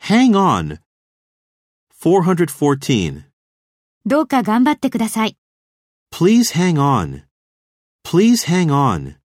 Hang on. 414. どうか頑張ってください。 Please hang on. Please hang on.